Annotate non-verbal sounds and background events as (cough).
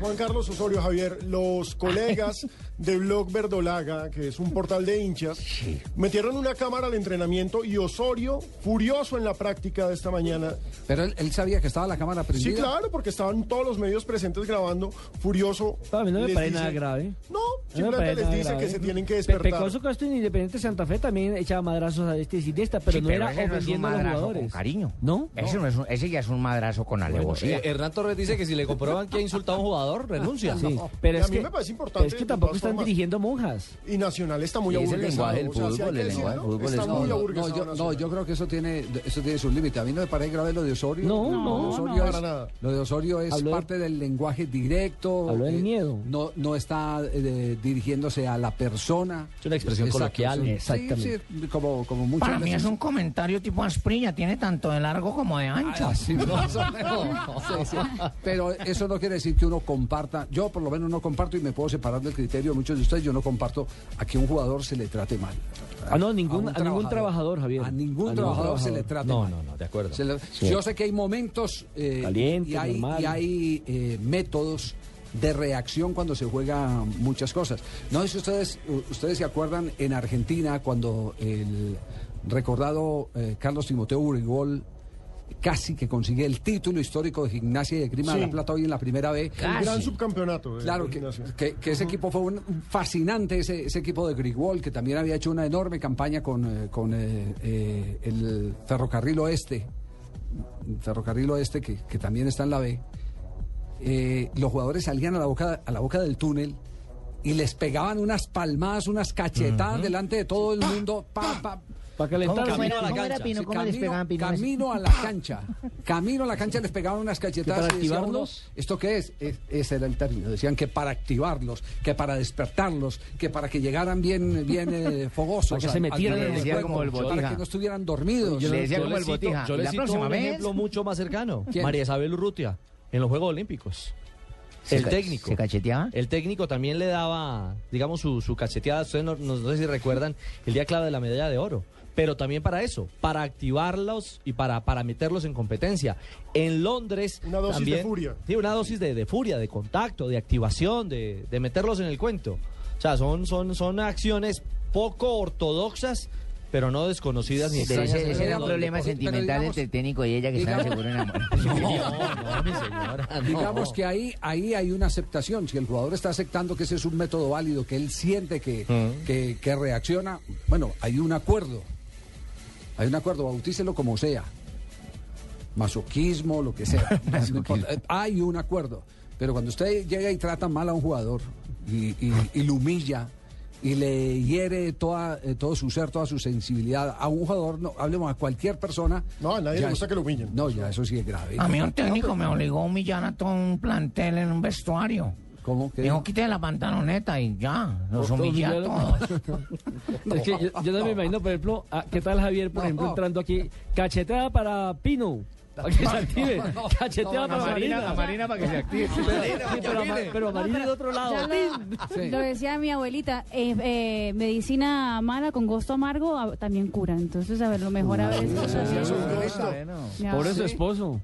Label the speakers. Speaker 1: Juan Carlos Osorio Javier, los colegas de Blog Verdolaga, que es un portal de hinchas, metieron una cámara al entrenamiento y Osorio, furioso en la práctica de esta mañana,
Speaker 2: Pero él, él sabía que estaba la cámara prendida.
Speaker 1: sí, claro, porque estaban todos los medios presentes grabando, furioso.
Speaker 3: A mí no me
Speaker 1: les
Speaker 3: parece
Speaker 1: dice-
Speaker 3: nada grave.
Speaker 1: No,
Speaker 3: No me
Speaker 1: simplemente
Speaker 3: parece
Speaker 1: les
Speaker 3: nada
Speaker 1: dice
Speaker 3: grave.
Speaker 1: que se tienen que
Speaker 3: Pe-
Speaker 1: despertar.
Speaker 3: Pecoso Castro en Independiente Santa Fe también echaba madrazos a este y de esta, pero
Speaker 4: Sí,
Speaker 3: no era
Speaker 4: ese es un
Speaker 3: ofendiendo a los
Speaker 4: madrazo
Speaker 3: jugadores.
Speaker 4: Con cariño.
Speaker 3: ¿No?
Speaker 4: Ese, no es un- ese ya es un madrazo con alevosía.
Speaker 5: Eh, Hernán Torres dice que si le comprueban que ha insultado a un jugador, renuncia.
Speaker 3: Sí, pero
Speaker 1: Y
Speaker 3: es
Speaker 1: a mí
Speaker 3: que,
Speaker 1: me parece importante,
Speaker 3: es que
Speaker 1: de
Speaker 3: tampoco
Speaker 1: todas
Speaker 3: están
Speaker 1: formas.
Speaker 3: dirigiendo monjas.
Speaker 1: Y Nacional está muy
Speaker 6: Y es el
Speaker 1: aburguesado.
Speaker 6: lenguaje del
Speaker 1: o sea, sí hay
Speaker 6: fútbol,
Speaker 1: que
Speaker 6: el lenguaje
Speaker 1: decirlo,
Speaker 6: del fútbol
Speaker 1: Está
Speaker 6: es-
Speaker 1: muy
Speaker 6: No,
Speaker 2: No,
Speaker 1: aburguesado.
Speaker 2: yo, no,
Speaker 1: Nacional.
Speaker 2: yo creo que eso tiene, eso tiene sus límites. A mí no me parece grave lo de Osorio.
Speaker 3: No,
Speaker 2: lo de
Speaker 3: no,
Speaker 2: Osorio
Speaker 1: no.
Speaker 2: es,
Speaker 1: Para nada.
Speaker 2: Lo de Osorio es
Speaker 3: Habló de-
Speaker 2: parte del lenguaje directo.
Speaker 3: Habló del
Speaker 2: eh,
Speaker 3: miedo.
Speaker 2: No, no está eh, dirigiéndose a la persona.
Speaker 5: Es una expresión coloquial,
Speaker 2: sí,
Speaker 3: exactamente.
Speaker 2: sí, como, como muchas
Speaker 4: Para mí es
Speaker 2: veces.
Speaker 4: un comentario tipo asprilla, tiene tanto de largo como de ancho.
Speaker 2: Ah, sí, más o
Speaker 4: (laughs)
Speaker 2: menos. Sí, sí. Pero eso no quiere decir que uno comparta. Yo, por lo menos, no comparto y me puedo separar del criterio de muchos de ustedes. Yo no comparto a que un jugador se le trate mal.
Speaker 3: Ah, no, ningún-
Speaker 2: un
Speaker 3: a ningún trabajador, Javier.
Speaker 2: A
Speaker 3: A
Speaker 2: ningún
Speaker 3: ningún
Speaker 2: trabajador se le
Speaker 3: trabajador.
Speaker 2: trate
Speaker 5: No,
Speaker 2: mal.
Speaker 5: no, no, de acuerdo.
Speaker 2: Se le- Yo sé que hay momentos eh,
Speaker 3: Caliente,
Speaker 2: y hay,
Speaker 3: normal.
Speaker 2: y hay, eh, métodos de reacción cuando se juega muchas cosas. No sé si ustedes, u- ustedes se acuerdan en Argentina cuando el recordado eh, Carlos Timoteo Urigol casi que consigue el título histórico de Gimnasia y de Grima de la
Speaker 1: Sí.
Speaker 2: Plata hoy en la primera B.
Speaker 1: El gran subcampeonato. de
Speaker 2: Claro, que,
Speaker 1: Nacional.
Speaker 2: que- que ese equipo fue un un fascinante, ese, ese equipo de Grigol, que también había hecho una enorme campaña con, eh, con, eh, eh, el Ferrocarril Oeste, Ferrocarril Oeste que, que también está en la B. Eh, los jugadores salían a la, boca, a la boca del túnel y les pegaban unas palmadas, unas cachetadas delante de todo el mundo. pa, pa,
Speaker 3: Para calentar.
Speaker 5: ¿Cómo
Speaker 3: sí.
Speaker 5: era? ¿Cómo era,
Speaker 2: Sí, camino a la cancha. Camino a la cancha les pegaban unas cachetadas.
Speaker 3: ¿Que para
Speaker 2: y decía uno,
Speaker 3: activarlos?
Speaker 2: ¿Esto qué es? Es- Ese era el término. Decían que para activarlos, que para despertarlos, que para que llegaran bien, bien eh, fogosos.
Speaker 3: (laughs) Para que
Speaker 2: al-
Speaker 3: se
Speaker 2: al
Speaker 3: metieran
Speaker 2: terreno
Speaker 3: en el
Speaker 2: de juego,
Speaker 4: como el
Speaker 2: Para
Speaker 4: Botija.
Speaker 2: que no estuvieran dormidos.
Speaker 4: Yo-
Speaker 5: le
Speaker 4: Le decía como el botija,
Speaker 5: Yo le
Speaker 4: la
Speaker 5: cito
Speaker 4: próxima
Speaker 5: un
Speaker 4: vez-
Speaker 5: ejemplo mucho más cercano.
Speaker 2: ¿Quién?
Speaker 5: María Isabel Urrutia, en los Juegos Olímpicos. El
Speaker 4: ca-
Speaker 5: técnico. Eh,
Speaker 4: ¿Se cacheteaba?
Speaker 5: El técnico también le daba, digamos, su, su cacheteada. Ustedes no, no- no sé si recuerdan el día clave de la medalla de oro. Pero también para eso, para activarlos y para, para meterlos en competencia. En Londres.
Speaker 1: Una dosis de
Speaker 5: también-
Speaker 1: furia.
Speaker 5: Sí, una dosis de, de furia, de contacto, de activación, de, de meterlos en el cuento. O sea, son, son, son acciones poco ortodoxas, pero no desconocidas ni
Speaker 4: Pero
Speaker 5: extrañas.
Speaker 4: ese,
Speaker 5: en
Speaker 4: ese
Speaker 5: el
Speaker 4: era un
Speaker 5: mundo del
Speaker 4: problema
Speaker 5: deporte.
Speaker 4: sentimental
Speaker 2: digamos-
Speaker 4: entre el técnico y ella que estaban
Speaker 2: digamos-
Speaker 5: (laughs)
Speaker 4: seguro enamorados.
Speaker 5: No, no, mi señora.
Speaker 2: Digamos que ahí, ahí hay una aceptación. Si el jugador está aceptando que ese es un método válido, que él siente que,
Speaker 4: Mm.
Speaker 2: que, que reacciona, bueno, hay un acuerdo. Hay un acuerdo, bautícelo como sea. Masoquismo, lo que
Speaker 4: (laughs)
Speaker 2: sea. No importa. Eh, hay un acuerdo. Pero cuando usted llega y trata mal a un jugador y, y- y lo humilla y le hiere toda, eh, todo su ser, toda su sensibilidad a un jugador, no, hablemos a cualquier persona.
Speaker 1: No, a nadie le
Speaker 2: ya
Speaker 1: gusta
Speaker 2: es-
Speaker 1: que lo humillen.
Speaker 2: No, ya eso sí es grave.
Speaker 4: A mí un técnico me obligó a humillar a todo un plantel en un vestuario.
Speaker 2: ¿Cómo? ¿Qué
Speaker 4: Dijo,
Speaker 2: dijo?
Speaker 4: quite la pantaloneta y ya, los
Speaker 3: Todos
Speaker 4: humillé a
Speaker 3: humillaron.
Speaker 4: todos.
Speaker 3: Es que yo, yo no me imagino, por ejemplo, a- ¿qué tal Javier, por
Speaker 2: No.
Speaker 3: ejemplo, entrando aquí? Cacheteada para Pino. Para que se active. Cacheteada para Marina.
Speaker 4: para que se active.
Speaker 3: Sí, pero, a Ma- pero a Marina de otro lado.
Speaker 5: (laughs)
Speaker 6: Ya lo,
Speaker 2: Sí.
Speaker 6: lo decía mi abuelita, eh, eh, medicina mala con gusto amargo ah, también cura. Entonces, a ver, lo mejor a veces.
Speaker 1: Eso es un gusto.
Speaker 3: Pobre su esposo.